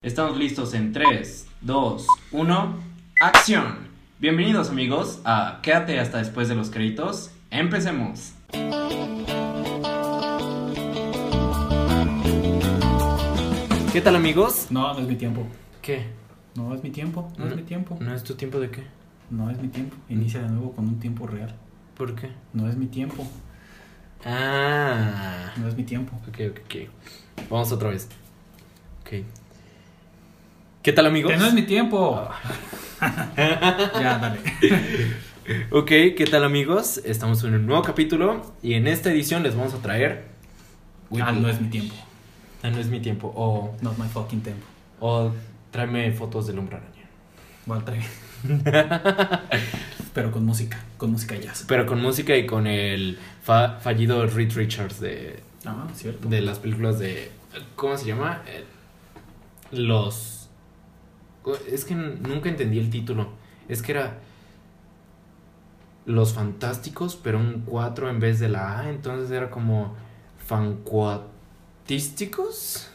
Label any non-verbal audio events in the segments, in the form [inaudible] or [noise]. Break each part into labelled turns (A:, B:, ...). A: Estamos listos en 3, 2, 1, acción. Bienvenidos amigos a Quédate hasta después de los créditos. Empecemos.
B: ¿Qué tal amigos?
C: No, no es mi tiempo.
B: ¿Qué?
C: No es mi tiempo.
B: Mm.
C: No es mi tiempo.
B: ¿No es tu tiempo de qué?
C: No es mi tiempo. Inicia de nuevo con un tiempo real.
B: ¿Por qué?
C: No es mi tiempo.
B: Ah.
C: No es mi tiempo.
B: Ok, ok, ok. Vamos otra vez. Ok. ¿Qué tal amigos?
C: Que no es mi tiempo.
B: [laughs]
C: ya, dale.
B: Ok, ¿qué tal amigos? Estamos en un nuevo capítulo y en esta edición les vamos a traer...
C: Ah, no es mi tiempo.
B: Ah, no es mi tiempo. O,
C: Not my fucking tempo.
B: o tráeme fotos del hombre araña.
C: Voy a
B: [laughs]
C: traer. Pero con música. Con música jazz.
B: Pero con música y con el fa- fallido Reed Richards de,
C: Ah, cierto.
B: de las películas de... ¿Cómo se llama? Eh, Los... Es que nunca entendí el título. Es que era... Los Fantásticos, pero un 4 en vez de la A. Entonces era como... Fancuatísticos.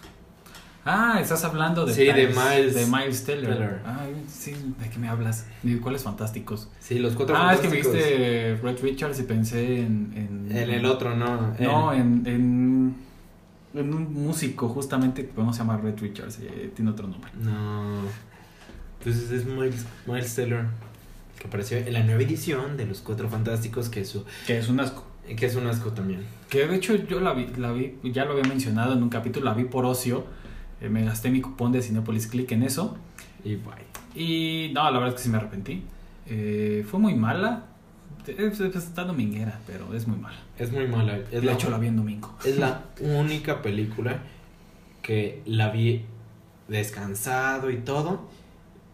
C: Ah, estás hablando de,
B: Sí, de
C: Miles-
B: Miles-
C: de Miles Teller.
B: Teller.
C: Ah, sí, ¿de qué me hablas? Digo, ¿Cuáles fantásticos?
B: Sí, los cuatro
C: Ah, es que me
B: fantásticos.
C: viste Red Richards y pensé en. En
B: En el otro, no.
C: No,
B: en-
C: en, en, en un músico justamente, ¿cómo se llama? Red Richards, eh, tiene otro nombre.
B: No. Entonces es Miles, Miles Teller. Que apareció en la nueva edición de Los Cuatro Fantásticos, que es, su-
C: Que es un asco.
B: que es un asco también.
C: Que de hecho yo la vi, la vi, ya lo había mencionado en un capítulo, la vi por ocio. eh, me gasté mi cupón de Cinepolis Click en eso.
B: Y bye.
C: Y no, la verdad es que sí me arrepentí. Eh, fue muy mala. Es- es- Está dominguera, pero es muy mala.
B: Es muy mala. Es
C: de
B: la,
C: hecho la vi en domingo.
B: es la única película que la vi descansado y todo.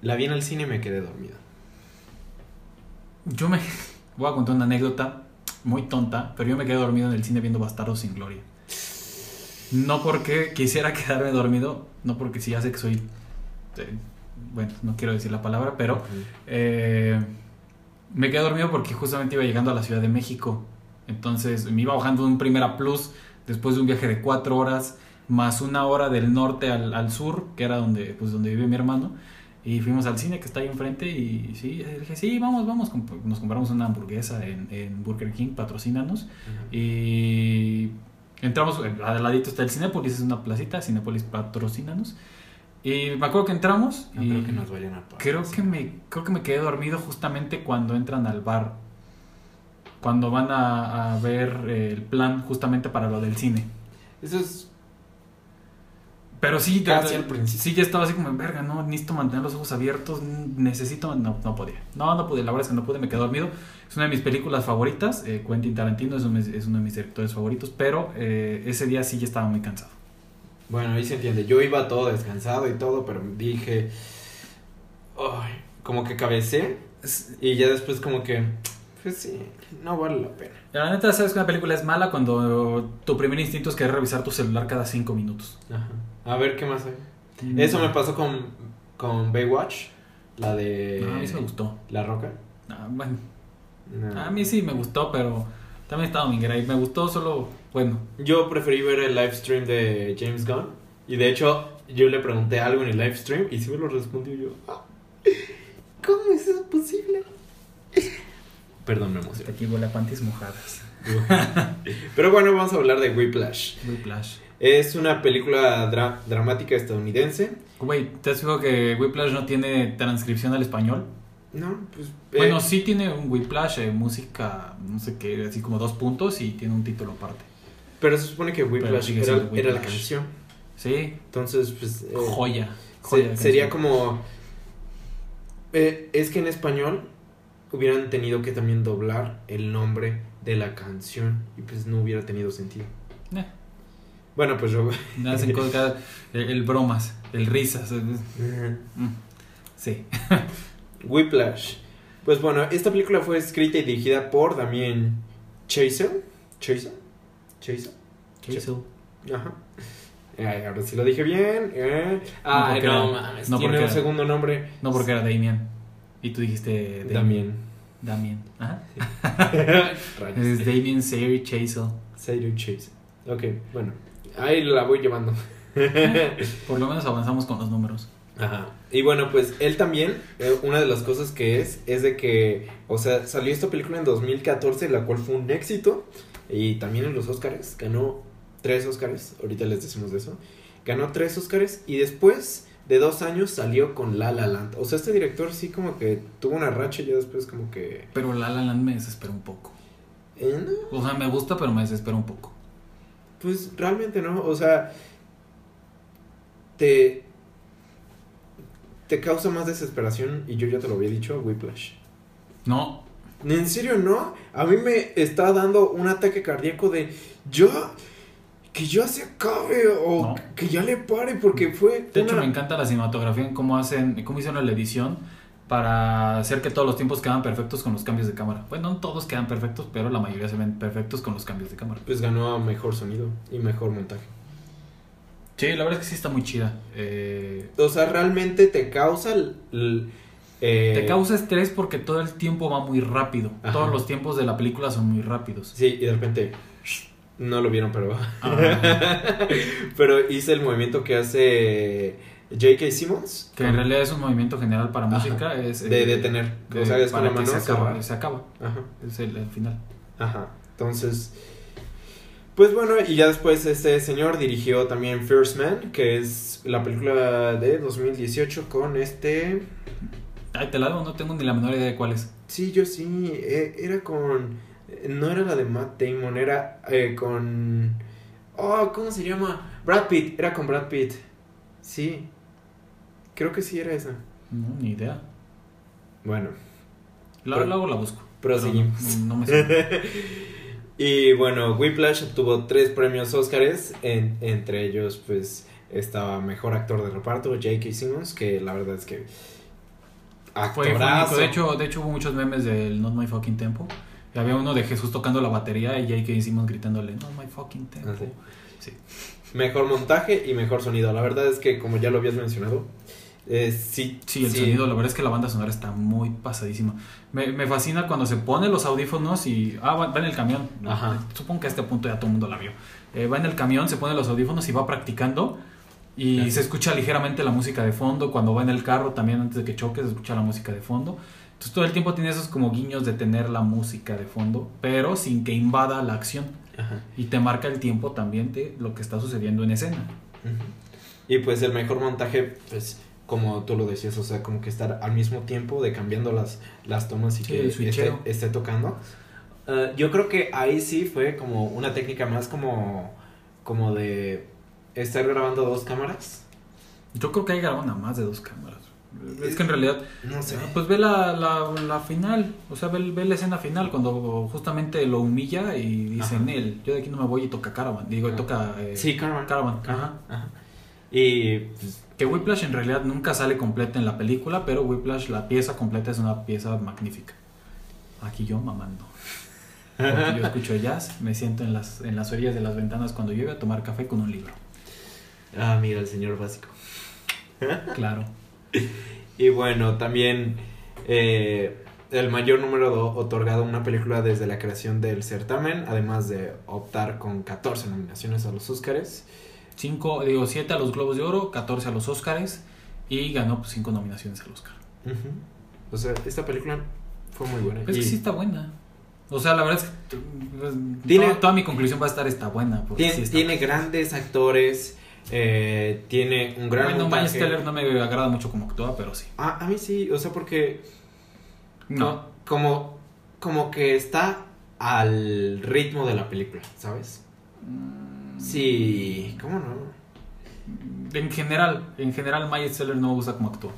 B: La vi en el cine y me quedé dormido.
C: Yo me voy a contar una anécdota muy tonta, pero yo me quedé dormido en el cine viendo Bastardos sin Gloria. No porque quisiera [laughs] quedarme dormido, no porque sí ya sé que soy. eh, bueno, no quiero decir la palabra, pero eh, me quedé dormido porque justamente iba llegando a la Ciudad de México. Entonces me iba bajando un Primera Plus después de un viaje de cuatro horas, más una hora del norte al, al sur, que era donde, pues, donde vive mi hermano. Y fuimos al cine que está ahí enfrente y sí, eh, dije, sí, vamos, vamos, comp- nos compramos una hamburguesa en, en Burger King, patrocínanos. Y entramos, eh, al ladito está el Cinépolis, es una placita, Cinépolis, patrocínanos. Y me acuerdo que entramos
B: No
C: y
B: creo Ah, que nos vayan a pagar.
C: Creo que me creo que me quedé dormido justamente cuando entran al bar. Cuando van a, a ver eh, el plan justamente para lo del cine.
B: Eso es.
C: Pero sí, de-
B: Casi al principio.
C: sí ya estaba así como, verga, no, necesito mantener los ojos abiertos, n- necesito, no, no podía. No, no pude, la verdad es que no pude, me quedé dormido. Es una de mis películas favoritas, eh, Quentin Tarantino es, un- es uno de mis directores favoritos, pero eh, ese día sí ya estaba muy cansado.
B: Bueno, ahí se entiende. Yo iba todo descansado y todo, pero dije. "Ay", como que cabecé. Y ya después, como que. Pues sí, no vale la pena.
C: La neta, sabes que una película es mala cuando tu primer instinto es querer revisar tu celular cada cinco minutos.
B: Ajá. A ver qué más hay. Eso me pasó con, con Baywatch. La de.
C: No, Ah, a mí sí me gustó.
B: La Roca.
C: Ah, bueno,
B: No.
C: a mí sí me gustó, pero también estaba dominguera y me gustó solo, bueno,
B: Yo preferí ver el live stream de James Gunn. Y de hecho, yo le pregunté algo en el live stream y sí me lo respondió yo. "Ah, ¿Cómo es eso posible? [laughs] Perdón, me
C: hasta
B: emocioné. [laughs]
C: pues aquí huele a panties mojadas.
B: Pero bueno, vamos a hablar de Whiplash.
C: Whiplash.
B: Es una película dra- dramática estadounidense.
C: Güey, ¿te has fijado que Whiplash no tiene transcripción al español?
B: No, pues. eh,
C: Bueno, sí tiene un Whiplash, eh, música, no sé qué, así como dos puntos y tiene un título aparte.
B: Pero se supone que Whiplash
C: sigue
B: era,
C: siendo
B: era la
C: Whiplash.
B: canción.
C: Sí,
B: Entonces, pues. eh,
C: joya.
B: se-
C: joya de
B: sería
C: canción.
B: como. eh, es que en español hubieran tenido que también doblar el nombre de la canción. Y pues no hubiera tenido sentido.
C: Eh,
B: Bueno, pues yo. [laughs]
C: hacen cosas cada- el, el bromas, el risas. eh, mm, Sí.
B: Whiplash. Pues bueno, esta película fue escrita y dirigida por Damien Chazelle. Chazelle. Chazelle.
C: Chasel.
B: Ajá. Ay, ahora sí lo dije bien. Eh. Ay,
C: porque
B: no,
C: era-
B: mames.
C: no,
B: tiene
C: porque
B: un
C: era-
B: segundo nombre.
C: No, porque era Damien. Y tú dijiste Damien.
B: Damien.
C: Damien. Ajá.
B: [laughs] Rayos.
C: Es Damien Sayre Chasel.
B: Sailor Chase. Ok, bueno. Ahí la voy llevando. [laughs]
C: Por lo menos avanzamos con los números.
B: Ajá. Y bueno, pues él también, eh, una de las cosas que es, es de que, o sea, salió esta película en 2014, la cual fue un éxito, y también en los Oscars, ganó tres Oscars, ahorita les decimos de eso, ganó tres Oscars, y después de dos años salió con La La Land. O sea, este director sí como que tuvo una racha y ya después como que...
C: Pero La La Land me desespera un poco.
B: eh, no,
C: O sea, me gusta, pero me desespera un poco.
B: pues realmente no, o sea, te... Te causa más desesperación, y yo ya te lo había dicho, Whiplash.
C: No,
B: ¿En serio no? A mí me está dando un ataque cardíaco de yo que ya se acabe o
C: No.
B: que ya le pare porque fue
C: de hecho
B: una-
C: me encanta la cinematografía en cómo hacen, cómo hicieron la edición para hacer que todos los tiempos quedan perfectos con los cambios de cámara. Bueno, no todos quedan perfectos, pero la mayoría se ven perfectos con los cambios de cámara.
B: pues ganó a mejor sonido y mejor montaje.
C: Sí, la verdad es que sí está muy chida. Eh,
B: O sea, realmente te causa l- l- eh,
C: Te causa estrés porque todo el tiempo va muy rápido.
B: Ajá.
C: Todos los tiempos de la película son muy rápidos.
B: Sí, y de repente no lo vieron, pero
C: Ah,
B: [laughs] pero hice el movimiento que hace J.K. Simmons
C: que en realidad es un movimiento general para
B: Ajá.
C: música. Es, eh,
B: de detener,
C: de-
B: o sea, es con
C: para
B: la
C: que
B: mano
C: se acaba.
B: cerrada.
C: Se acaba.
B: Ajá.
C: Es el, el final.
B: Ajá. Entonces, pues bueno, y ya después este señor dirigió también First Man, que es la película de 2018 con este...
C: Ay, te la debo, no tengo ni la menor idea de cuál es.
B: Sí, yo sí, eh, era con... eh, No era la de Matt Damon, era eh, con... Oh, ¿cómo se llama? Brad Pitt, era con Brad Pitt. Sí, creo que sí era esa.
C: No, ni idea.
B: Bueno,
C: La,
B: Pero-
C: luego la busco.
B: proseguimos.
C: Pero No, no me sé.
B: [laughs] y bueno, Whiplash obtuvo tres premios Óscares, en- entre ellos pues estaba mejor actor de reparto, J.K. Simmons, que la verdad es que
C: Fue, fue
B: actorazo.
C: único. de, hecho, de hecho, hubo muchos memes del Not My Fucking Tempo. Y había uno de Jesús tocando la batería y ahí que hicimos gritándole Not My Fucking Tempo.
B: Ah, sí.
C: Sí.
B: mejor montaje y mejor sonido. La verdad es que como ya lo habías mencionado, eh, sí,
C: Sí, el sonido, la verdad es que la banda sonora está muy pasadísima. Me, me fascina cuando se pone los audífonos y. Ah, va, va en el camión.
B: Ajá.
C: Supongo que a este punto ya todo el mundo la vio. Eh, va en el camión, se pone los audífonos y va practicando. Y
B: Ya.
C: se escucha ligeramente la música de fondo. Cuando va en el carro también, antes de que choque, se escucha la música de fondo. Entonces todo el tiempo tiene esos como guiños de tener la música de fondo, pero sin que invada la acción.
B: Ajá.
C: Y te marca el tiempo también de lo que está sucediendo en escena.
B: Ujú. Y pues el mejor montaje, pues como tú lo decías, o sea, como que estar al mismo tiempo de cambiando las, las tomas y
C: Sí,
B: que
C: el
B: esté,
C: switcheo.
B: esté tocando. Eh, yo creo que ahí sí fue como una técnica más como, como de estar grabando dos cámaras.
C: Yo creo que ahí graban a más de dos cámaras. Es que en realidad
B: No sé.
C: Ah, Pues ve la, la, la final, o sea, ve, ve la escena final cuando justamente lo humilla y dicen
B: Ajá.
C: él, yo de aquí no me voy y toca Caravan, digo,
B: Ah.
C: toca eh,
B: Sí, Carmen.
C: Caravan. Ajá.
B: Ajá. Y pues,
C: Que Whiplash en realidad nunca sale completa en la película, pero Whiplash, la pieza completa es una pieza magnífica. Aquí yo mamando. Porque yo escucho jazz, me siento en las, en las orillas de las ventanas cuando llueve a tomar café con un libro.
B: ah, mira, el señor básico.
C: Claro.
B: Y bueno, también eh, el mayor número do- otorgado a una película desde la creación del certamen, además de optar con 14 nominaciones a los Óscares.
C: Cinco, digo, siete a los Globos de Oro, 14 a los Oscars y ganó pues, cinco nominaciones al Oscar.
B: Ujú. O sea, esta película fue muy buena.
C: Es
B: y
C: que sí está buena. O sea, la verdad es que pues,
B: Tiene-
C: toda, toda mi conclusión va a estar está buena. Porque
B: tiene,
C: sí está
B: tiene grandes actores, eh, tiene un gran
C: Bueno, Miles
B: montaje. Ah,
C: Teller no me agrada mucho como actúa, pero sí.
B: a, a mí sí, o sea, porque
C: No.
B: como, como que está al ritmo de la película, ¿sabes?
C: Mm.
B: Sí, ¿cómo no?
C: En general, en general Miles Teller no me gusta como actúa.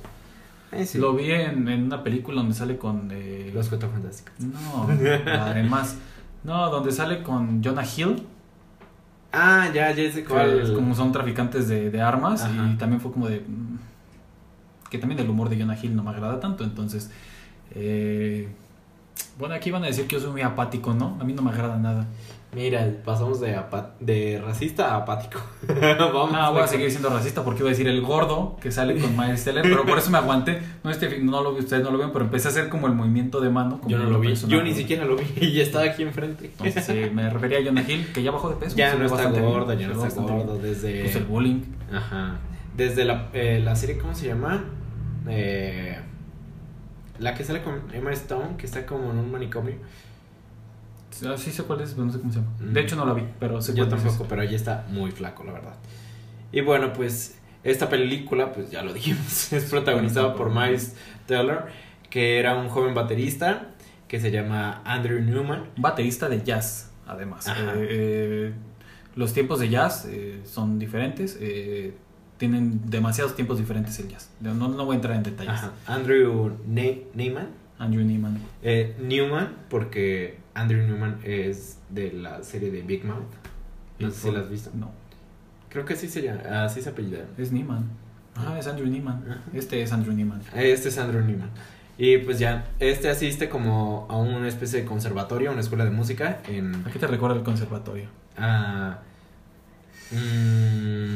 B: Eh, sí.
C: Lo vi en, en una película donde sale con... eh,
B: Los Cuatro Fantásticos. [laughs]
C: No, además... No, donde sale con Jonah Hill,
B: Ah, ya, ya sé
C: que
B: cuál.
C: es como son traficantes de, de armas,
B: Ajá.
C: y también fue como de... mm, Que también el humor de Jonah Hill no me agrada tanto, entonces... eh, bueno, aquí van a decir que yo soy muy apático, ¿no? A mí no me agrada nada.
B: Mira, pasamos de, apa- de racista a apático. [laughs] Vamos
C: Ah, voy a seguir siendo racista porque iba a decir el gordo que sale con Miles Teller, pero por eso me aguanté. No, este, fin- no lo vi, ustedes no lo ven, pero empecé a hacer como el movimiento de mano. Como
B: Yo no lo vi.
C: personaje.
B: Yo ni siquiera lo vi. [laughs] Y estaba aquí enfrente.
C: Entonces, sí, me refería a Jonah Hill, que ya bajó de peso.
B: Ya
C: se
B: no
C: ve
B: está
C: bastante bien,
B: gordo,
C: se
B: ya
C: ve
B: no está
C: bastante bien.
B: gordo. eh. Desde.
C: Pues el bullying.
B: Ajá. Desde la, eh, la serie, ¿cómo se llama? Eh, la que sale con Emma Stone, que está como en un manicomio.
C: Ah, Sí sé cuál es, pero no sé cómo se llama.
B: Mm.
C: De hecho, no la vi, pero sé
B: Yo
C: cuál es.
B: tampoco, pero ella está muy flaco, la verdad. Y bueno, pues esta película, pues ya lo dijimos, [laughs] es protagonizada por Miles Teller, que era un joven baterista que se llama Andrew Newman.
C: Baterista de jazz, además.
B: Ajá.
C: Eh, eh, los tiempos de jazz eh, son diferentes. eh, tienen demasiados tiempos diferentes el jazz. No, no voy a entrar en detalles.
B: Ajá, Andrew Ne- Neyman.
C: Andrew Neiman.
B: Eh, Newman, porque Andrew Newman es de la serie de Big Mouth. No sé si la has visto.
C: No.
B: Creo que así se llama, así se apellida.
C: Es Neiman. Ah, es Andrew Neiman.
B: Ajá.
C: Este es Andrew Neiman.
B: Este es Andrew Newman. Y pues ya, este asiste como a una especie de conservatorio, a una escuela de música en...
C: ¿A qué te recuerda el conservatorio?
B: ah, mm,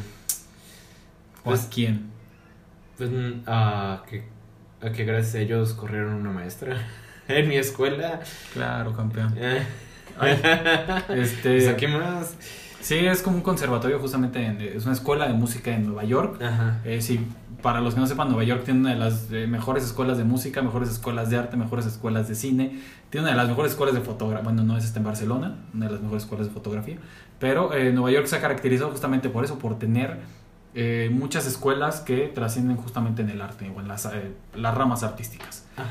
C: ¿O
B: Pues-
C: a quién?
B: pues, mm, ah, que, a que gracias a ellos corrieron una maestra [laughs] en mi escuela.
C: Claro, campeón.
B: Eh,
C: [laughs] Ay,
B: [laughs] pues,
C: este,
B: ¿a qué más?
C: sí, es como un conservatorio justamente, en- es una escuela de música en Nueva York.
B: Ajá.
C: Eh, sí, para los que no sepan, Nueva York tiene una de las eh, mejores escuelas de música, mejores escuelas de arte, mejores escuelas de cine, tiene una de las mejores escuelas de fotografía, bueno, no es esta en Barcelona, una de las mejores escuelas de fotografía, pero eh, Nueva York se ha caracterizado justamente por eso, por tener eh, muchas escuelas que trascienden justamente en el arte o en las, eh, las ramas artísticas.
B: Ajá.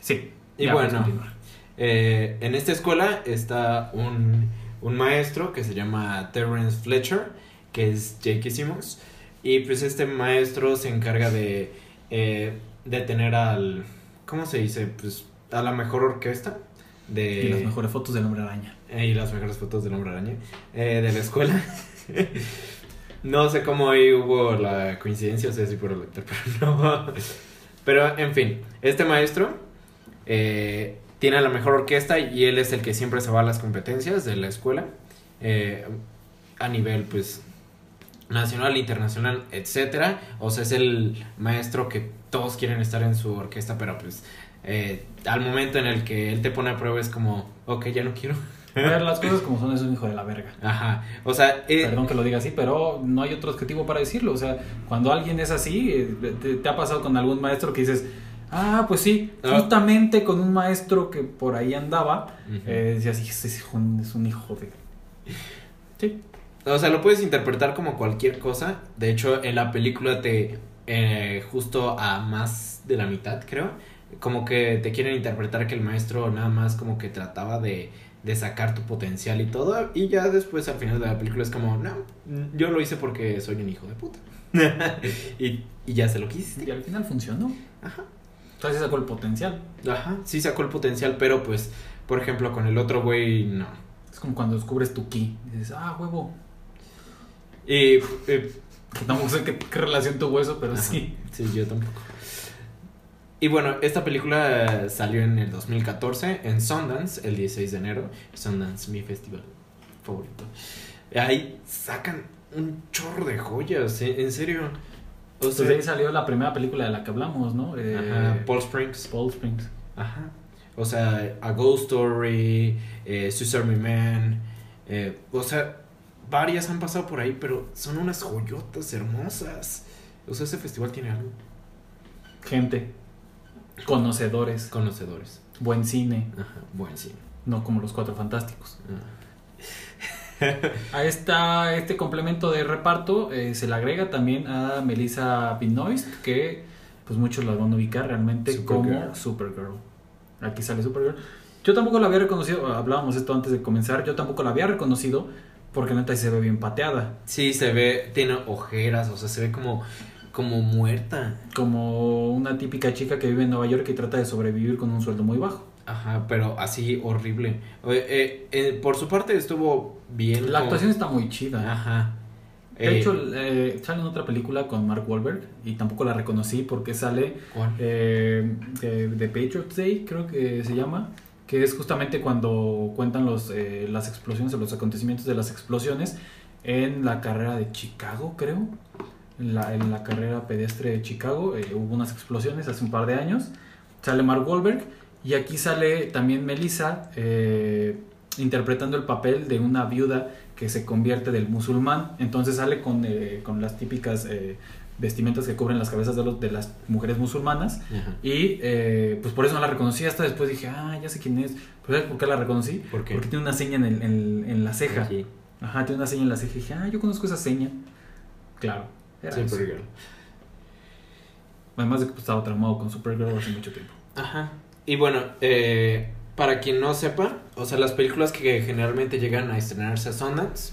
C: Sí.
B: Y
C: ya, puedes
B: bueno.
C: continuar.
B: Eh, en esta escuela está un, un maestro que se llama Terrence Fletcher, que es Jake Simmons. Y pues este maestro se encarga de eh, detener al. ¿Cómo se dice? Pues a la mejor orquesta. De,
C: y las mejores fotos del hombre araña.
B: eh, y las mejores fotos del hombre araña eh, de la escuela. [laughs] no sé cómo ahí hubo la coincidencia, o sea, si por el lector, [laughs] pero no. Pero, en fin, este maestro eh, tiene la mejor orquesta y él es el que siempre se va a las competencias de la escuela eh, a nivel, pues, nacional, internacional, etcétera. O sea, es el maestro que todos quieren estar en su orquesta, pero pues. eh, al momento en el que él te pone a prueba es como, ok, ya no quiero.
C: Ver las cosas como son es un hijo de la verga.
B: Ajá, o sea, eh,
C: Perdón que lo diga así, pero no hay otro objetivo para decirlo. O sea, cuando alguien es así, eh, te, te ha pasado con algún maestro que dices, ah, pues sí,
B: Ah.
C: justamente con un maestro que por ahí andaba,
B: Ujú.
C: eh, decías, "Hijo, ese hijo- es un hijo de... Sí,
B: o sea, lo puedes interpretar como cualquier cosa. De hecho, en la película te eh, justo a más de la mitad, creo, como que te quieren interpretar que el maestro nada más como que trataba de, de sacar tu potencial y todo, y ya después al final de la película es como, no, yo lo hice porque soy un hijo de
C: [laughs]
B: puta. y, y ya se lo quisiste.
C: y al final funcionó.
B: Ajá.
C: Entonces sacó el potencial.
B: Ajá, sí sacó el potencial, pero pues, por ejemplo, con el otro güey, no.
C: Es como cuando descubres tu ki. Dices, ah, huevo.
B: Y eh,
C: Que tampoco sé qué, qué relación tuvo eso, pero sí.
B: Sí, yo tampoco. Y bueno, esta película eh, salió en el 2014 en Sundance, el 16 de enero. Sundance, mi festival favorito. Ahí sacan un chorro de joyas, eh, en serio. O sea,
C: Entonces ahí salió la primera película de la que hablamos, ¿no? Eh,
B: ajá, Paul Springs.
C: Paul Springs.
B: Ajá. O sea, A Ghost Story, eh, Swiss Army Man. eh, o sea, varias han pasado por ahí, pero son unas joyotas hermosas. O sea, ese festival tiene algo.
C: gente, conocedores,
B: Conocedores.
C: buen cine,
B: Ajá, buen cine.
C: no como los cuatro fantásticos. A esta, este complemento de reparto eh, se le agrega también a Melissa Benoist, que pues muchos la van a ubicar realmente como
B: Supergirl.
C: Supergirl. Aquí sale Supergirl. Yo tampoco la había reconocido, ah, hablábamos esto antes de comenzar, yo tampoco la había reconocido porque neta sí se ve bien pateada.
B: Sí, se ve, tiene ojeras, o sea, se ve como, como muerta.
C: Como una típica chica que vive en Nueva York y trata de sobrevivir con un sueldo muy bajo.
B: Ajá, pero así horrible. Oye, eh, eh, por su parte estuvo bien.
C: La
B: como-
C: actuación está muy chida.
B: Ajá.
C: De
B: Ah, Eh,
C: hecho, eh, sale en otra película con Mark Wahlberg y tampoco la reconocí porque sale
B: Eh, ¿cuál?
C: eh, de, de Patriot Day, creo que se llama, que es justamente cuando cuentan los, eh, las explosiones o los acontecimientos de las explosiones en la carrera de Chicago, creo. En la, en la carrera pedestre de Chicago eh, hubo unas explosiones hace un par de años. Sale Mark Wahlberg y aquí sale también Melissa eh, interpretando el papel de una viuda que se convierte del musulmán. Entonces sale con, eh, con las típicas eh, vestimentas que cubren las cabezas de, los, de las mujeres musulmanas.
B: Ajá.
C: Y eh, pues por eso no la reconocí hasta después dije, ah, ya sé quién es. Pero ¿sabes por qué la reconocí?
B: ¿Por qué?
C: Porque tiene una seña en, el- en- en la ceja.
B: Sí,
C: Ajá, tiene una seña en la ceja. Y dije, ah, yo conozco esa seña. Claro. era eso.
B: Supergirl.
C: Además de que pues, estaba traumado con Supergirl hace mucho tiempo.
B: Ajá. Y bueno, eh, para quien no sepa, o sea, las películas que generalmente llegan a estrenarse a Sundance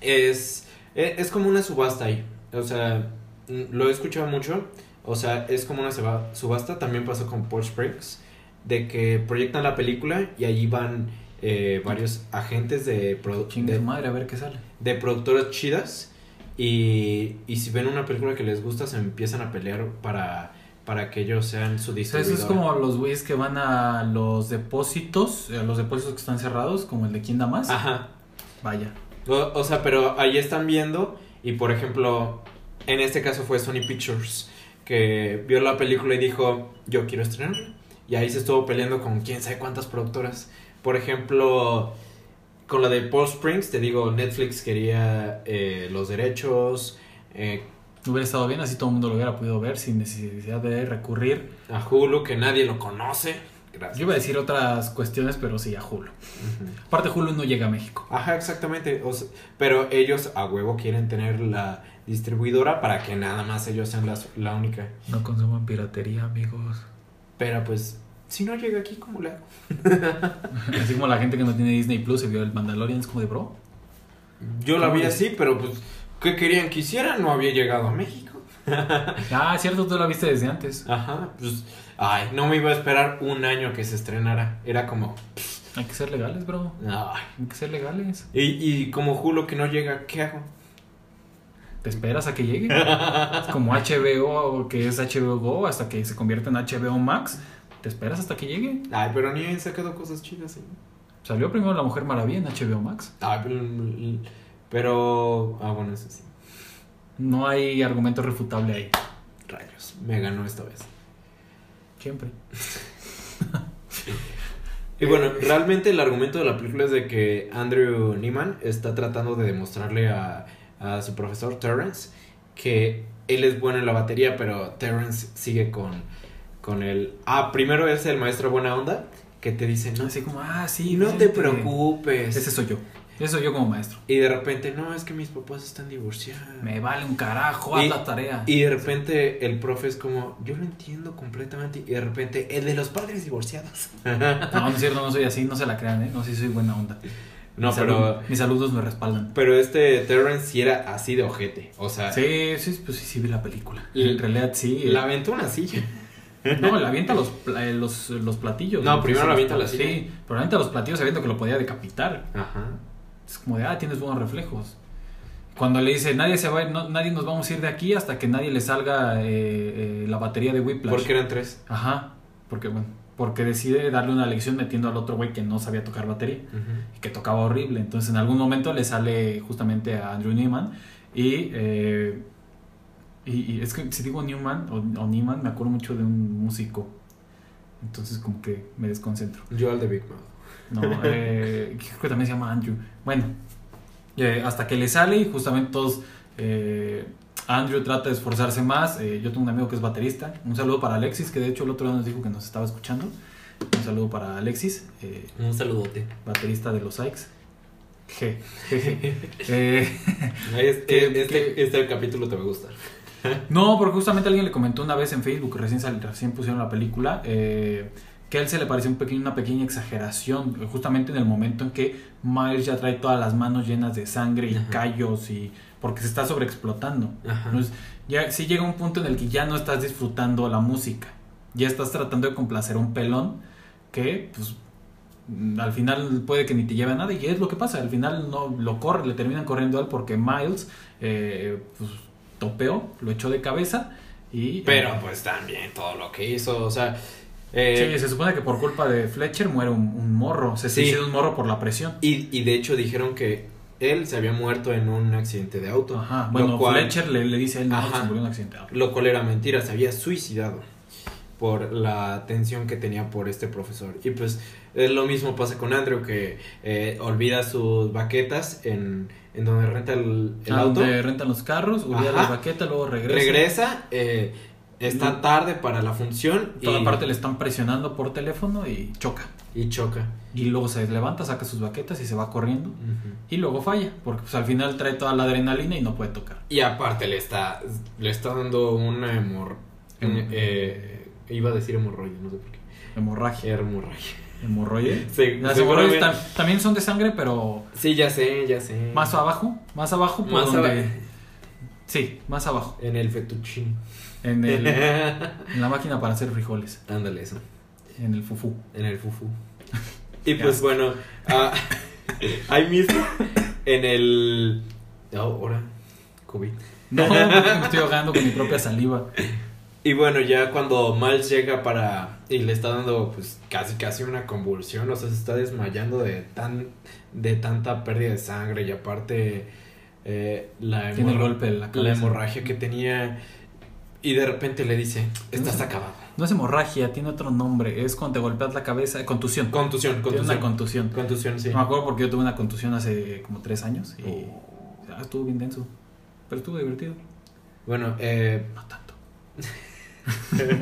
B: es, e- es como una subasta ahí. O sea, mm, lo he escuchado mucho. O sea, es como una seba- subasta. También pasó con Paul Springs. De que proyectan la película y allí van eh, varios agentes de, produ-
C: Chingue
B: de-
C: su madre, a ver qué sale.
B: de productoras chidas y, y si ven una película que les gusta se empiezan a pelear para, para que ellos sean su
C: O sea,
B: distribuidor.
C: eso es como los güeyes que van a los depósitos, a los depósitos que están cerrados, como el de quién da más.
B: Ajá.
C: Vaya.
B: O, o sea, pero ahí están viendo y por ejemplo, en este caso fue Sony Pictures que vio la película y dijo, yo quiero estrenarla. Y ahí se estuvo peleando con quién sabe cuántas productoras. Por ejemplo, con la de Paul Springs, te digo, Netflix quería eh, los derechos eh,
C: Hubiera estado bien, así todo el mundo lo hubiera podido ver sin necesidad de recurrir.
B: a Hulu, que nadie lo conoce. Gracias.
C: Yo iba a decir otras cuestiones, pero sí, a Hulu.
B: Ujú.
C: Aparte, Hulu no llega a México.
B: Ajá, exactamente. o sea, pero ellos a huevo quieren tener la distribuidora para que nada más ellos sean las- la única.
C: No consuman piratería, amigos.
B: Pero pues, si no llega aquí, ¿cómo le hago?
C: [laughs] Así como la gente que no tiene Disney Plus se vio el Mandalorian, es como de bro.
B: Yo la
C: ¿Cómo
B: vi
C: le-
B: así, pero pues, ¿qué querían que hiciera? No había llegado a México.
C: Ah, cierto, tú la viste desde antes.
B: Ajá, pues, ay, no me iba a esperar un año que se estrenara. Era como,
C: Hay que ser legales, bro.
B: ay.
C: Hay que ser legales.
B: Y, y como Julo que no llega, ¿qué hago?
C: Te esperas a que llegue. Es como HBO, que es HBO Go, hasta que se convierta en HBO Max. Te esperas hasta que llegue.
B: Ay, pero ni han sacado cosas chidas, ¿eh?
C: Salió primero La Mujer Maravilla en HBO Max.
B: Ay, pero, pero, ah, bueno, eso sí.
C: No hay argumento refutable ahí.
B: Rayos, me ganó esta vez.
C: Siempre.
B: Y
C: Eh,
B: bueno, realmente el argumento de la película es de que Andrew Neiman está tratando de demostrarle a, a su profesor Terrence que él es bueno en la batería, pero Terrence sigue con, con el... Ah, primero es el maestro buena onda que te dice, no,
C: Así como, ah, sí.
B: y no te
C: vente.
B: preocupes.
C: Ese soy yo. Ese soy yo como maestro.
B: Y de repente, no, es que mis papás están divorciados.
C: Me vale un carajo, haz
B: Y-
C: la tarea.
B: Y de repente el profe es como, yo lo entiendo completamente. Y de repente, el de los padres divorciados. [laughs]
C: No, no es cierto, no soy así, no se la crean, ¿eh? No, sí soy buena onda.
B: no,
C: mis,
B: pero...
C: alum- mis alumnos me respaldan.
B: Pero este Terrence sí era así de ojete. O sea,
C: Sí, sí, pues sí, sí vi la película.
B: Y-
C: En realidad sí. eh,
B: la aventó una silla.
C: No, le avienta los, pla- eh, los, los platillos.
B: No,
C: ¿no?
B: primero
C: Sí,
B: le avienta
C: los-
B: la silla.
C: Sí, pero avienta los platillos sabiendo que lo podía decapitar.
B: Ajá.
C: Es como de, ah, tienes buenos reflejos. Cuando le dice, nadie se va a ir, no- nadie nos vamos a ir de aquí hasta que nadie le salga eh, eh, la batería de Whiplash.
B: Porque eran tres.
C: Ajá, porque bueno, porque decide darle una lección metiendo al otro güey que no sabía tocar batería y que tocaba horrible. Entonces en algún momento le sale justamente a Andrew Newman y, eh, y, y es que si digo Newman o, o Newman me acuerdo mucho de un músico. Entonces como que me desconcentro.
B: Yo al de Big Mouth.
C: No, eh, creo que también se llama Andrew. Bueno, eh, hasta que le sale y justamente todos... eh, Andrew trata de esforzarse más. Eh, yo tengo un amigo que es baterista. Un saludo para Alexis, que de hecho el otro día nos dijo que nos estaba escuchando. Un saludo para Alexis. eh,
B: Un saludote.
C: baterista de los Sykes. Je, jeje. [laughs] Eh,
B: Este,
C: Que-
B: este,
C: que-
B: este capítulo te va a gustar.
C: no, porque justamente alguien le comentó una vez en Facebook, recién, sal- recién pusieron la película, eh, que a él se le pareció un pequeño- una pequeña exageración, eh, justamente en el momento en que Miles ya trae todas las manos llenas de sangre y
B: Ajá.
C: callos y porque se está sobreexplotando.
B: Ajá.
C: Entonces, ya sí llega un punto en el que ya no estás disfrutando la música, ya estás tratando de complacer a un pelón que pues mm, al final puede que ni te lleve a nada y es lo que pasa, al final no lo corre, le terminan corriendo a él porque Miles eh, pues topeó, lo echó de cabeza y eh,
B: Pero pues también todo lo que hizo. O sea, Eh,
C: sí, se supone que por culpa de Fletcher muere un, un morro. Se
B: Sí.
C: suicida un morro por la presión.
B: y, y de hecho dijeron que él se había muerto en un accidente de auto.
C: Ajá.
B: lo
C: Bueno,
B: cual-
C: Fletcher le, le dice a él, no,
B: Ajá.
C: se murió en un accidente. Ah,
B: Lo cual era mentira, se había suicidado por la tensión que tenía por este profesor. Y pues eh, lo mismo pasa con Andrew, que eh, olvida sus baquetas en, en donde renta el, el
C: ah,
B: auto.
C: Donde rentan los carros, olvida
B: Ajá.
C: la baqueta, luego regresa.
B: Regresa, eh, está tarde para la función y,
C: Toda parte le están presionando por teléfono y choca.
B: y choca.
C: Y luego se levanta, saca sus baquetas y se va corriendo. Y luego falla, porque pues, al final trae toda la adrenalina y no puede tocar.
B: Y aparte le está, le está dando un hemor...
C: Hemorroide.
B: eh, iba a decir hemorroide, no sé por qué.
C: Hemorragia.
B: [laughs] Hemorragia.
C: Hemorroide.
B: Sí,
C: Las
B: seguramente-
C: hemorroides tam- también son de sangre, pero
B: Sí, ya sé, ya sé.
C: más abajo. Más abajo por
B: Más
C: donde.
B: abajo.
C: Sí, más abajo.
B: En el fettuccine. [laughs]
C: En, el- en la máquina para hacer frijoles.
B: Ándale, eso.
C: En el fufú.
B: En el fufu. Y
C: Qué
B: pues bueno, ah, [laughs] ahí mismo, en el. Ah, Ahora, COVID. [laughs]
C: No, [laughs] porque me estoy ahogando con mi propia saliva.
B: Y bueno, ya cuando Miles llega para. Y le está dando, pues, casi casi una convulsión. O sea, se está desmayando de tan de tanta pérdida de sangre. Y aparte, eh, la,
C: Tiene el
B: hemorra-
C: golpe en la
B: la
C: cabeza.
B: hemorragia que tenía. Y de repente le dice: Estás
C: sé.
B: acabado.
C: No es hemorragia, tiene otro nombre. Es cuando te golpeas la cabeza. Contusión.
B: Contusión,
C: Tiene una
B: contusión.
C: contusión.
B: Contusión, sí.
C: Me acuerdo porque yo tuve una contusión hace como tres años y
B: Oh.
C: ah, estuvo bien denso. Pero estuvo divertido.
B: Bueno, eh,
C: No tanto. [laughs]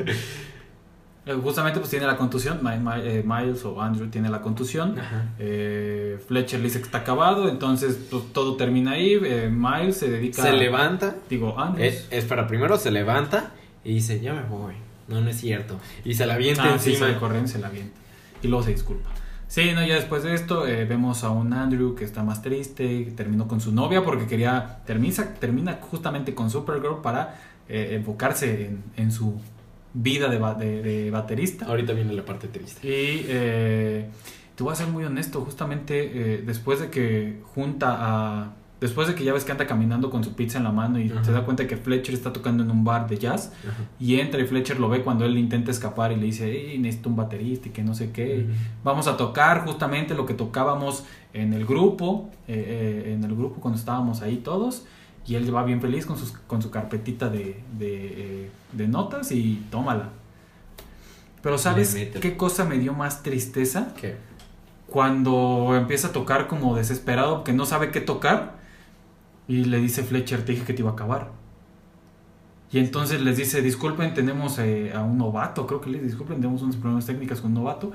C: Eh, Justamente pues tiene la contusión. Mi- Mi- eh, Miles o Andrew tiene la contusión.
B: Ajá.
C: Eh, Fletcher le dice que está acabado. Entonces pues, todo termina ahí. Eh, Miles se dedica
B: se
C: a-
B: levanta. Eh,
C: Digo, Andrew.
B: Es, es para primero se levanta y dice, ya me voy. No, no es cierto. Y se la avienta
C: Ah, sí, se
B: encima.
C: le corren, se la avienta. Y luego se disculpa. Sí, no, ya después de esto eh, vemos a un Andrew que está más triste, que terminó con su novia porque quería, termina, termina justamente con Supergirl para eh, enfocarse en, en su vida de, ba- de- de baterista.
B: Ahorita viene la parte triste.
C: Y eh, te voy a ser muy honesto, justamente eh, después de que junta a... Después de que ya ves que anda caminando con su pizza en la mano y
B: Ajá.
C: se da cuenta que Fletcher está tocando en un bar de jazz, y entra y Fletcher lo ve cuando él intenta escapar y le dice, "Ey, necesito un baterista y que no sé qué. Vamos a tocar justamente lo que tocábamos en el grupo, eh, eh, en el grupo cuando estábamos ahí todos. Y él va bien feliz con, sus, con su carpetita de, de, eh, de notas y tómala. Pero ¿sabes
B: Le mete.
C: qué cosa me dio más tristeza?
B: ¿Qué?
C: Cuando empieza a tocar como desesperado porque no sabe qué tocar y le dice Fletcher, te dije que te iba a acabar. Y entonces les dice, disculpen, tenemos eh, a un novato, creo que les disculpen, tenemos unos problemas técnicos con un novato.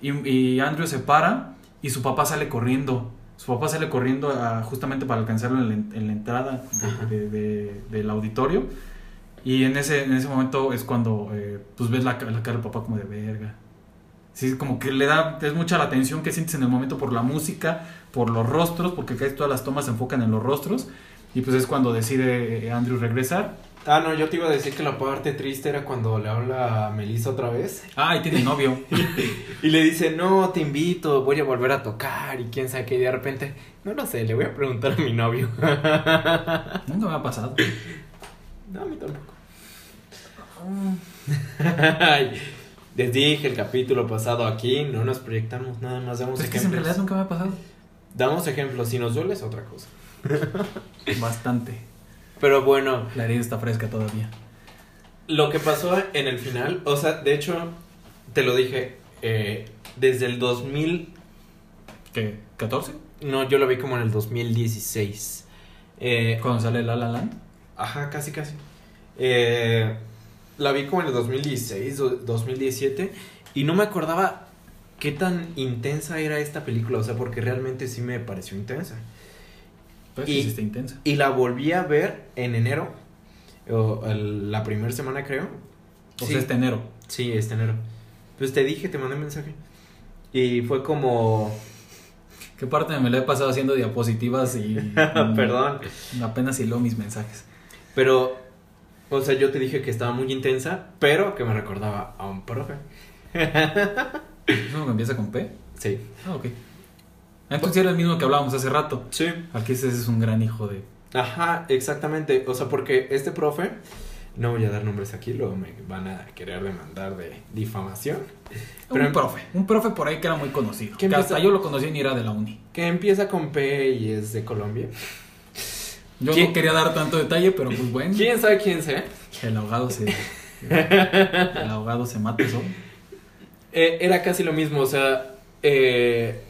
C: Y, y Andrew se para y su papá sale corriendo. Su papá sale corriendo a- justamente para alcanzarlo en la, en- en la entrada de-
B: Ajá.
C: de- de- del auditorio. Y en ese, en ese momento es cuando eh, pues ves la, ca- la cara del papá como de verga. Sí, como que le da, es mucha la atención que sientes en el momento por la música, por los rostros, porque casi todas las tomas se enfocan en los rostros. Y pues es cuando decide eh, Andrew regresar.
B: Ah, no, yo te iba a decir que la parte triste era cuando le habla a Melissa otra vez.
C: Ah, y
B: [laughs]
C: tiene novio.
B: Y le dice, no, te invito, voy a volver a tocar. Y quién sabe qué. Y de repente, no lo sé, le voy a preguntar a mi novio. [laughs]
C: Nunca me ha pasado.
B: no, a mí tampoco. [laughs] Ay, Les dije el capítulo pasado aquí, no nos proyectamos nada más, damos
C: Pues es que en
B: ejemplos.
C: realidad nunca me ha pasado.
B: Damos ejemplos, si nos duele es otra cosa.
C: Bastante.
B: Pero bueno,
C: La herida está fresca todavía.
B: lo que pasó en el final, o sea, de hecho, te lo dije, eh, desde el 2000,
C: ¿Qué? ¿14?
B: no, yo lo vi como en el 2016. Eh,
C: Cuando sale La La Land.
B: ajá, casi, casi. Eh, la vi como en el 2016, do- 2017, y no me acordaba qué tan intensa era esta película, o sea, porque realmente sí me pareció intensa.
C: Pues
B: Y-
C: sí está intensa.
B: Y la volví a ver en enero, o el- la primera semana creo.
C: O
B: Sí.
C: sea, este enero.
B: Sí, este enero. Pues te dije, te mandé mensaje. Y fue [laughs] como.
C: ¿Qué parte me la he pasado haciendo diapositivas y...
B: [laughs] Ah, Perdón.
C: Apenas hiló mis mensajes.
B: Pero. O sea, yo te dije que estaba muy intensa, pero que me recordaba a un profe.
C: ¿Es uno que empieza con P?
B: Sí.
C: Ah, ok. Ah, Entonces era el mismo que hablábamos hace rato.
B: Sí.
C: Aquí ese es un gran hijo de...
B: Ajá, exactamente. O sea, porque este profe No voy a dar nombres aquí, luego me van a querer demandar de difamación.
C: un profe, un profe por ahí que era muy conocido.
B: ¿Quién
C: Que hasta
B: empezó?
C: yo lo conocí ni era de la uni.
B: Que empieza con P y es de Colombia.
C: Yo
B: ¿Quién?
C: no quería dar tanto detalle, pero pues bueno.
B: ¿Quién sabe quién sea?
C: El ahogado se.
B: [laughs]
C: El ahogado se mata eso.
B: Eh, era casi lo mismo, o sea, eh,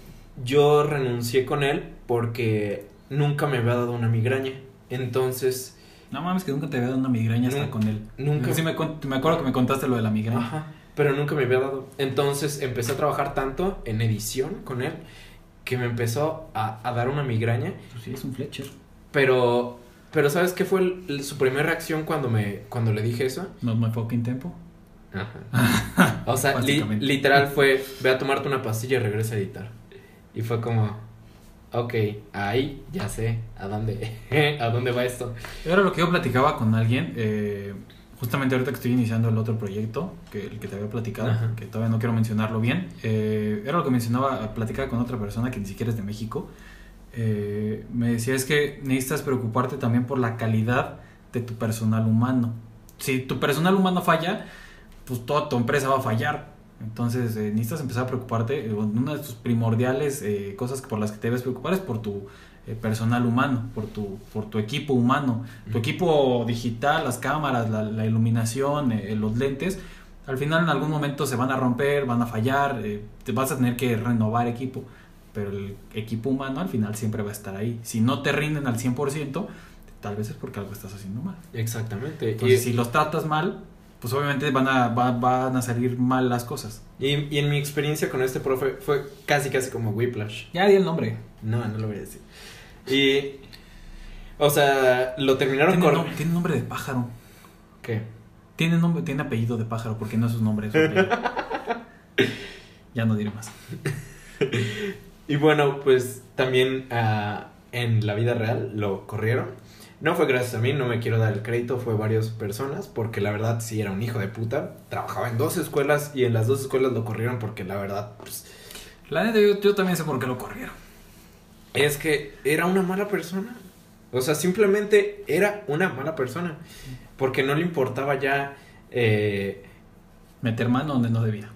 B: yo renuncié con él porque nunca me había dado una migraña. Entonces,
C: No mames, que nunca te había dado una migraña hasta
B: Nun-
C: con él.
B: nunca. Ah,
C: Sí, me, cont- me acuerdo que me contaste lo de la migraña.
B: ajá, pero nunca me había dado. Entonces empecé a trabajar tanto en edición con él que me empezó a, a dar una migraña.
C: Pues sí, es un Fletcher.
B: Pero, pero ¿sabes qué fue el- el- su primera reacción cuando, me, cuando le dije eso?
C: Not my fucking tempo. [laughs]
B: O sea, li-
C: Básicamente.
B: literal fue, ve a tomarte una pastilla y regresa a editar. Y fue como, ok, ahí ya sé a dónde, [laughs] a dónde va esto.
C: Era lo que yo platicaba con alguien, eh, justamente ahorita que estoy iniciando el otro proyecto, que el que te había platicado,
B: Ajá.
C: que todavía no quiero mencionarlo bien, eh, era lo que mencionaba, platicaba con otra persona que ni siquiera es de México, eh, me decía es que necesitas preocuparte también por la calidad de tu personal humano. Si tu personal humano falla, pues toda tu empresa va a fallar. Entonces eh, necesitas empezar a preocuparte, eh, una de tus primordiales eh, cosas por las que te debes preocupar es por tu eh, personal humano, por tu, por tu equipo humano, tu
B: Mm.
C: equipo digital, las cámaras, la, la iluminación, eh, los lentes, al final en algún momento se van a romper, van a fallar, eh, te vas a tener que renovar equipo, pero el equipo humano al final siempre va a estar ahí. Si no te rinden al 100%, tal vez es porque algo estás haciendo mal.
B: Exactamente.
C: Entonces,
B: y,
C: si los tratas mal, pues obviamente van a, va- van a salir mal las cosas.
B: y- y en mi experiencia con este profe fue casi, casi como Whiplash.
C: Ya di el nombre.
B: No, no lo voy a decir. Y, o sea, lo terminaron
C: Tiene,
B: con...
C: nom- tiene nombre de pájaro.
B: ¿Qué?
C: Tiene, nombre, tiene apellido de pájaro porque no es su nombre. es su apellido. ya no diré más.
B: Y bueno, pues también ah, en la vida real lo corrieron. No fue gracias a mí, no me quiero dar el crédito, fue varias personas, porque la verdad sí era un hijo de puta. Trabajaba en dos escuelas y en las dos escuelas lo corrieron porque la verdad pues,
C: La neta, yo, yo también sé por qué lo corrieron.
B: es que era una mala persona. O sea, simplemente era una mala persona, porque no le importaba ya eh,
C: Meter mano donde no debía.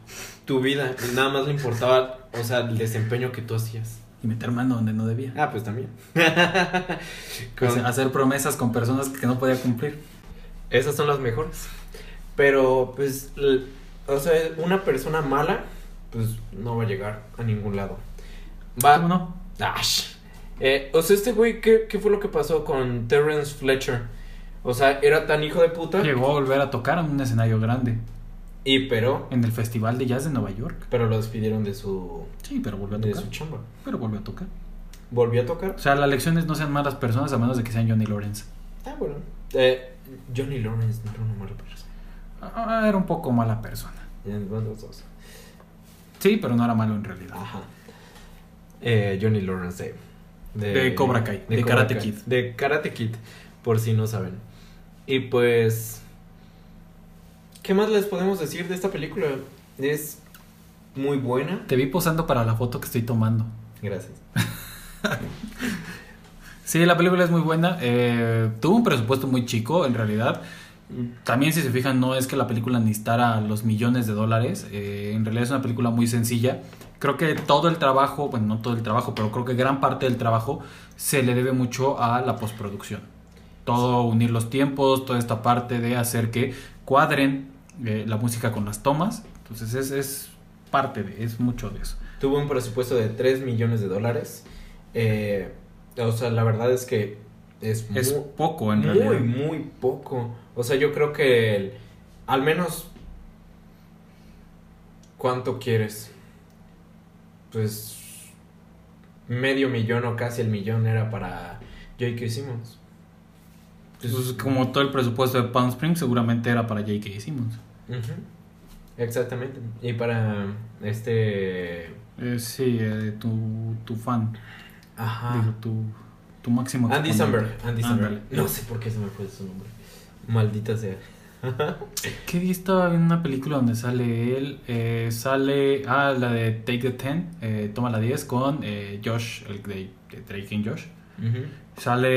B: tu vida, nada más le importaba, o sea, el desempeño que tú hacías.
C: Y meter mano donde no debía.
B: Ah, pues también. [laughs]
C: O
B: Con-
C: sea, Hacer promesas con personas que no podía cumplir.
B: Esas son las mejores. Pero, pues, l- o sea, una persona mala, pues no va a llegar a ningún lado. Va.
C: ¿Cómo no?
B: Ash. Eh, o sea, este güey, ¿qué, qué fue lo que pasó con Terrence Fletcher? O sea, era tan hijo de puta.
C: Llegó a volver a tocar en un escenario grande.
B: Y pero,
C: En el Festival de Jazz de Nueva York.
B: pero lo despidieron de su,
C: Sí, pero volvió a
B: de
C: tocar.
B: su chamba.
C: Pero volvió a tocar.
B: ¿Volvió a tocar?
C: O sea, las lecciones no sean malas personas a menos de que sean Johnny Lawrence.
B: Ah, bueno. Eh, Johnny Lawrence no era una mala persona.
C: Ah, era un poco mala persona.
B: Ya, bueno, los dos.
C: Sí, pero no era malo en realidad.
B: Ajá. Eh, Johnny Lawrence de,
C: De Cobra Kai, de
B: Cobra
C: Karate
B: Kai,
C: Kid.
B: De Karate Kid, por si no saben. Y pues. ¿Qué más les podemos decir de esta película? Es muy buena.
C: Te vi posando para la foto que estoy tomando.
B: Gracias.
C: Sí, la película es muy buena. eh, tuvo un presupuesto muy chico, en realidad. También, si se fijan, no es que la película necesitara los millones de dólares. eh, en realidad es una película muy sencilla. Creo que todo el trabajo, bueno, no todo el trabajo, pero creo que gran parte del trabajo se le debe mucho a la postproducción. Todo unir los tiempos, toda esta parte de hacer que cuadren eh, la música con las tomas. Entonces es, es parte de, es mucho de eso.
B: Tuvo un presupuesto de 3 millones de dólares. Eh, o sea, la verdad es que es,
C: Es
B: mu-
C: poco en
B: muy,
C: realidad.
B: muy poco. O sea, yo creo que el- al menos... ¿Cuánto quieres? Pues medio millón o casi el millón era para Jake que hicimos.
C: Pues, como todo el presupuesto de Palm Springs seguramente era para J.K. Simmons.
B: Ujú. Exactamente. Y para este...
C: Eh, sí, eh, tu, tu fan, digo,
B: Ajá.
C: tu, tu máximo
B: Ah. Andy
C: exponente.
B: Samberg. Andy
C: Ándale.
B: Samberg. No sé por qué se me fue su nombre. Maldita sea.
C: ¿Qué día estaba viendo una película donde sale él? Eh, sale, ah, la de Take the Ten, eh, toma la 10 con eh, Josh, el de, de Drake and Josh.
B: Ujú. Este.
C: Sale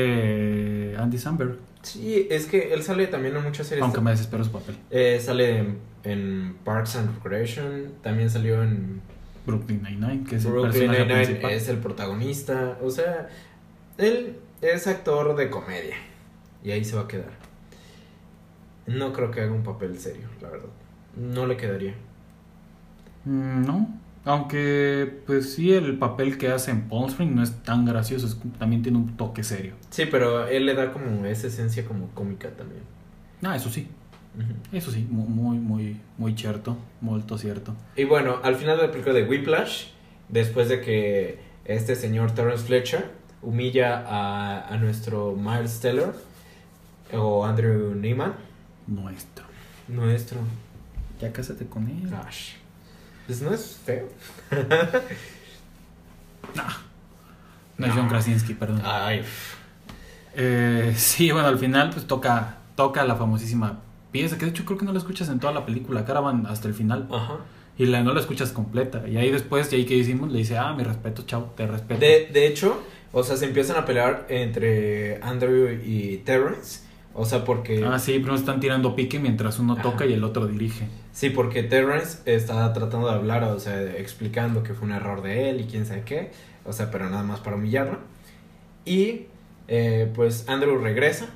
C: eh, Andy Samberg.
B: Sí, es que él sale también en muchas series.
C: Aunque me desespero su papel.
B: Eh, sale en, en Parks and Recreation, también salió en
C: Brooklyn Nine-Nine, que es el
B: Brooklyn
C: personaje
B: Nine-Nine,
C: principal.
B: es el protagonista. O sea, él es actor de comedia. Y ahí se va a quedar. No creo que haga un papel serio, la verdad. No le quedaría.
C: Mm, No. Aunque, pues sí, el papel que hace en Palm Spring no es tan gracioso, es- también tiene un toque serio.
B: Sí, pero él le da como esa esencia como cómica también.
C: Ah, eso sí,
B: Ujú.
C: eso sí, mu- muy, muy, muy cierto, molto cierto.
B: Y bueno, al final de la película de Whiplash, después de que este señor Terrence Fletcher humilla a, a nuestro Miles Teller o Andrew Neiman,
C: Nuestro.
B: nuestro
C: Ya cásate con él.
B: Ash. Pues no es feo.
C: No es John Krasinski, perdón.
B: Ay,
C: Eh, [laughs] sí, bueno, al final pues toca, toca la famosísima pieza, que de hecho creo que no la escuchas en toda la película, Caravan hasta el final,
B: ajá.
C: y la, no la escuchas completa. Y ahí después, y ahí que hicimos, le dice, ah, mi respeto, chao, te respeto.
B: De, de hecho, o sea, se empiezan a pelear entre Andrew y Terrence. O sea, porque.
C: Ah, sí, primero están tirando pique mientras uno
B: Ajá.
C: toca y el otro dirige.
B: Sí, porque Terrence está tratando de hablar, o sea, explicando que fue un error de él y quién sabe qué, o sea, pero nada más para humillarlo. Y eh, pues Andrew regresa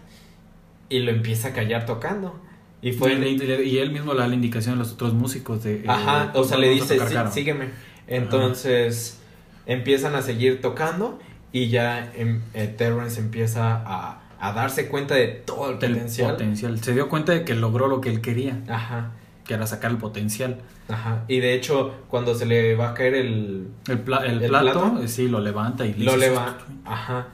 B: y lo empieza a callar tocando. Y fue...
C: y, le- y él mismo le da la indicación a los otros músicos de... eh,
B: Ajá, o
C: pues,
B: sea, le
C: vamos
B: dice,
C: a tocar
B: "Sí,
C: Caravan".
B: sígueme. Entonces empiezan a seguir tocando y ya em, eh, Terrence empieza a, a darse cuenta de todo el
C: Del
B: potencial.
C: potencial. Se dio cuenta de que logró lo que él quería,
B: Ajá,
C: que era sacar el potencial.
B: ajá. Y de hecho, cuando se le va a caer el,
C: El, pla- el
B: ¿El
C: plato,
B: plato?
C: eh, sí, lo levanta y "Ah, le
B: Lo
C: dice,
B: leva. Ajá.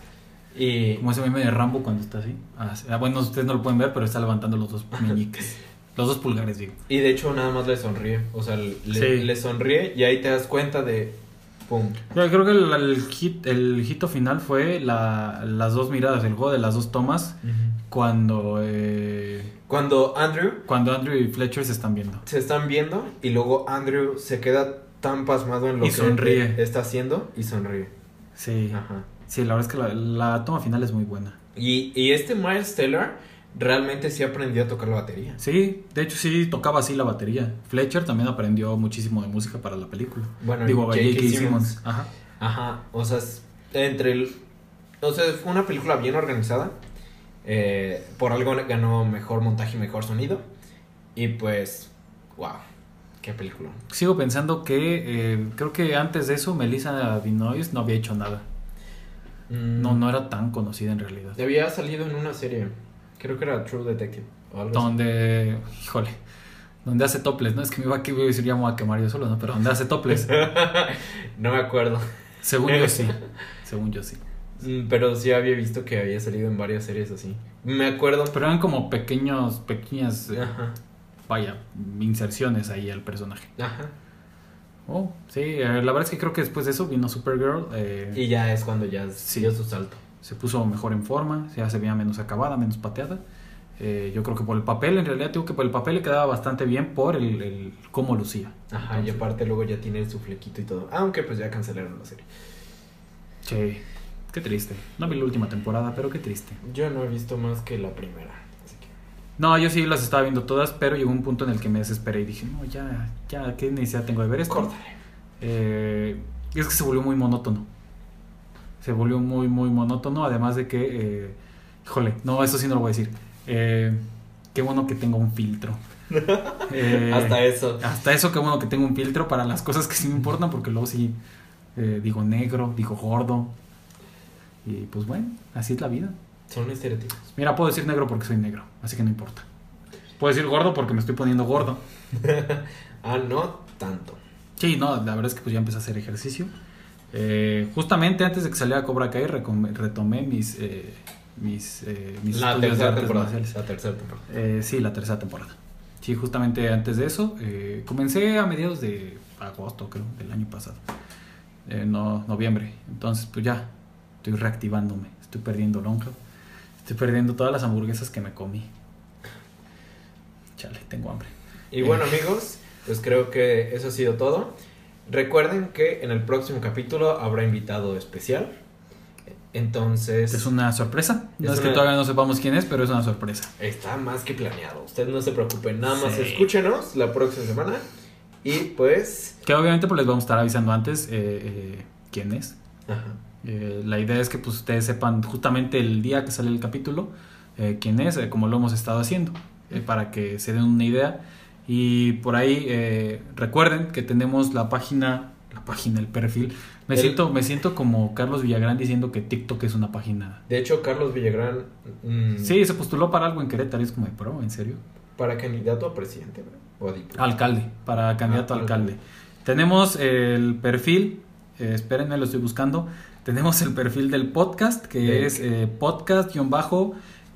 B: Y.
C: Como ese meme de Rambo cuando está así. Ah, sí. Ah, bueno, ustedes no lo pueden ver, pero está levantando
B: [laughs]
C: los dos meñiques. los dos pulgares, digo.
B: Y de hecho nada más le sonríe. O sea, le,
C: Sí.
B: le sonríe y ahí te das cuenta de. Pum.
C: Yo creo que el, el hit, el hito final fue la- las dos miradas, el juego de las dos tomas, cuando, eh,
B: Cuando Andrew
C: cuando Andrew y Fletcher se están viendo.
B: se están viendo y luego Andrew se queda tan pasmado en lo
C: Y
B: que
C: sonríe.
B: está haciendo y sonríe.
C: Sí,
B: Ajá.
C: sí, la verdad es que la, la toma final es muy buena.
B: Y, y este Miles Taylor realmente sí aprendió a tocar la batería.
C: Sí, de hecho sí tocaba así la batería. Fletcher también aprendió muchísimo de música para la película.
B: Bueno,
C: Digo,
B: J.K.
C: J.K.
B: Simmons.
C: Simmons. Ajá.
B: Ajá, o sea, es- entre el... O sea, fue una película bien organizada. eh, por algo ganó mejor montaje y mejor sonido. Y pues, wow, qué película.
C: Sigo pensando que eh, creo que antes de eso Melissa Dinois no había hecho nada. No, no era tan conocida en realidad.
B: Mm, Había salido en una serie, creo que era True Detective. O algo así.
C: Donde, híjole, donde hace toples, ¿no? Es que me iba a que- iba a decir, ya me voy a quemar yo solo, ¿no? Pero donde hace toples.
B: no me acuerdo.
C: Según yo sí. Según yo sí.
B: Mm, Pero sí había visto que había salido en varias series así. Me acuerdo.
C: Pero eran como pequeños, pequeñas, eh,
B: Ajá,
C: vaya, inserciones ahí al personaje.
B: ajá.
C: Oh, sí, eh, la verdad es que creo que después de eso vino Supergirl. eh,
B: Y ya es cuando ya siguió su salto.
C: se puso mejor en forma, ya se veía menos acabada, menos pateada. Eh, yo creo que por el papel, en realidad digo que por el papel le quedaba bastante bien por el, el cómo lucía.
B: Ajá, y aparte luego ya tiene su flequito y todo. Aunque pues ya cancelaron la serie.
C: Che, qué triste. No vi la última temporada, pero qué triste.
B: Yo no he visto más que la primera. Así que...
C: No, yo sí las estaba viendo todas, pero llegó un punto en el que me desesperé y dije, no, ya, ya, ¿qué necesidad tengo de ver esto?
B: Córtale.
C: Eh, es que se volvió muy monótono. Se volvió muy, muy monótono. Además de que, eh, híjole, no, eso sí no lo voy a decir. Eh, qué bueno que tengo un
B: [laughs]
C: filtro. Eh,
B: Hasta eso.
C: Hasta eso, qué bueno que tengo un filtro para las cosas que sí me importan, porque luego sí eh, digo negro, digo gordo. Y pues bueno, así es la vida.
B: Son estereotipos. [laughs]
C: Mira, puedo decir negro porque soy negro, así que no importa. Puedo decir gordo porque me estoy poniendo gordo.
B: Ah, no tanto.
C: Sí, no, la verdad es que pues ya empecé a hacer ejercicio. Eh, justamente antes de que saliera Cobra Kai recom- retomé mis eh, mis, eh, mis
B: la
C: estudios de
B: tercera
C: artes
B: temporada.
C: marciales.
B: La tercera temporada.
C: Eh, sí, la tercera temporada. Sí, justamente antes de eso eh, comencé a mediados de agosto, creo, del año pasado. Eh, no, noviembre. Entonces, pues ya estoy reactivándome, estoy perdiendo lonja, estoy perdiendo todas las hamburguesas que me comí. Chale, tengo hambre.
B: Y bueno, amigos, pues creo que eso ha sido todo. Recuerden que en el próximo capítulo habrá invitado especial. Entonces,
C: Es una sorpresa. No
B: Es
C: es, que
B: una-
C: todavía no sepamos quién es, pero es una sorpresa.
B: está más que planeado. Ustedes no se preocupen, nada más
C: Sí.
B: escúchenos la próxima semana. Y pues,
C: Que obviamente pues les vamos a estar avisando antes eh, eh, quién es.
B: ajá.
C: Eh, la idea es que pues ustedes sepan justamente el día que sale el capítulo eh, quién es, eh, como lo hemos estado haciendo, eh, para que se den una idea. Y por ahí eh, recuerden que tenemos la página, la página, el perfil. Me
B: El-
C: siento, me siento como Carlos Villagrán diciendo que TikTok es una página.
B: de hecho, Carlos Villagrán, mm,
C: Sí, se postuló para algo en Querétaro, y es como de pro, en serio.
B: para candidato a presidente ¿verdad? o a diputado.
C: Alcalde, para candidato a
B: Ah,
C: alcalde. Tenemos el perfil, eh, espérenme, lo estoy buscando. Tenemos el perfil del podcast, que
B: Del-
C: es eh,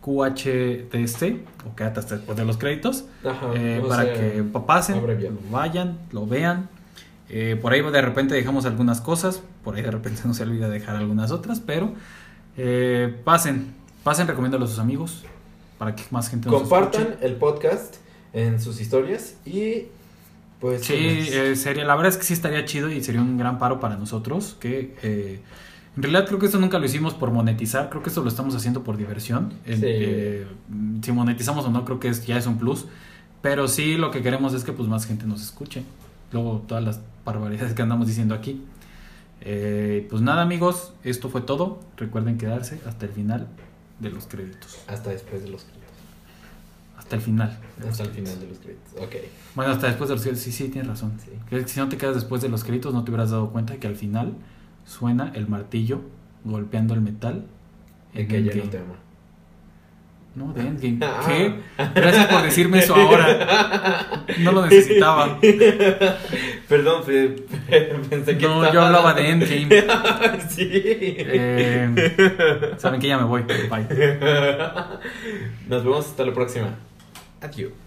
C: podcast-QHTC, o quédate hasta después de los créditos,
B: Ajá,
C: eh,
B: o
C: para
B: Ah, sea,
C: que pasen,
B: abreviado.
C: lo vayan, lo vean. Eh, por ahí de repente dejamos algunas cosas, por ahí de repente [laughs] no se olvida dejar algunas otras, pero eh, pasen, pasen, recomiéndalo a sus amigos, para que más gente nos escuche.
B: compartan el podcast en sus historias y pues
C: Sí,
B: pues,
C: eh, sería, la verdad es que sí estaría chido y sería un gran paro para nosotros. Que eh, en realidad creo que esto nunca lo hicimos por monetizar, creo que esto lo estamos haciendo por diversión. El-
B: Sí.
C: eh, si monetizamos o no, creo que es, ya es un plus. Pero sí, lo que queremos es que pues más gente nos escuche. Luego todas las barbaridades que andamos diciendo aquí. Eh, pues nada amigos, esto fue todo. Recuerden quedarse hasta el final de los créditos.
B: hasta después de los créditos.
C: Hasta el final. de los
B: Hasta el
C: créditos.
B: final de los créditos. Ok.
C: Bueno, hasta después de los créditos. Sí, sí, tienes razón.
B: Sí.
C: Creo que Si no te quedas después de los créditos, no te hubieras dado cuenta que al final suena el martillo golpeando el metal.
B: De
C: en
B: que ya
C: Endgame.
B: no te amo.
C: No, de Endgame.
B: Ah.
C: ¿Qué? Gracias por decirme
B: [laughs]
C: eso ahora. No lo necesitaba.
B: Perdón, Fred, [laughs] pensé que
C: No,
B: estaba-
C: yo
B: [laughs]
C: hablaba de Endgame.
B: sí.
C: Eh,
B: [laughs]
C: Saben que ya me voy. Bye.
B: Nos vemos hasta la próxima. Adiós.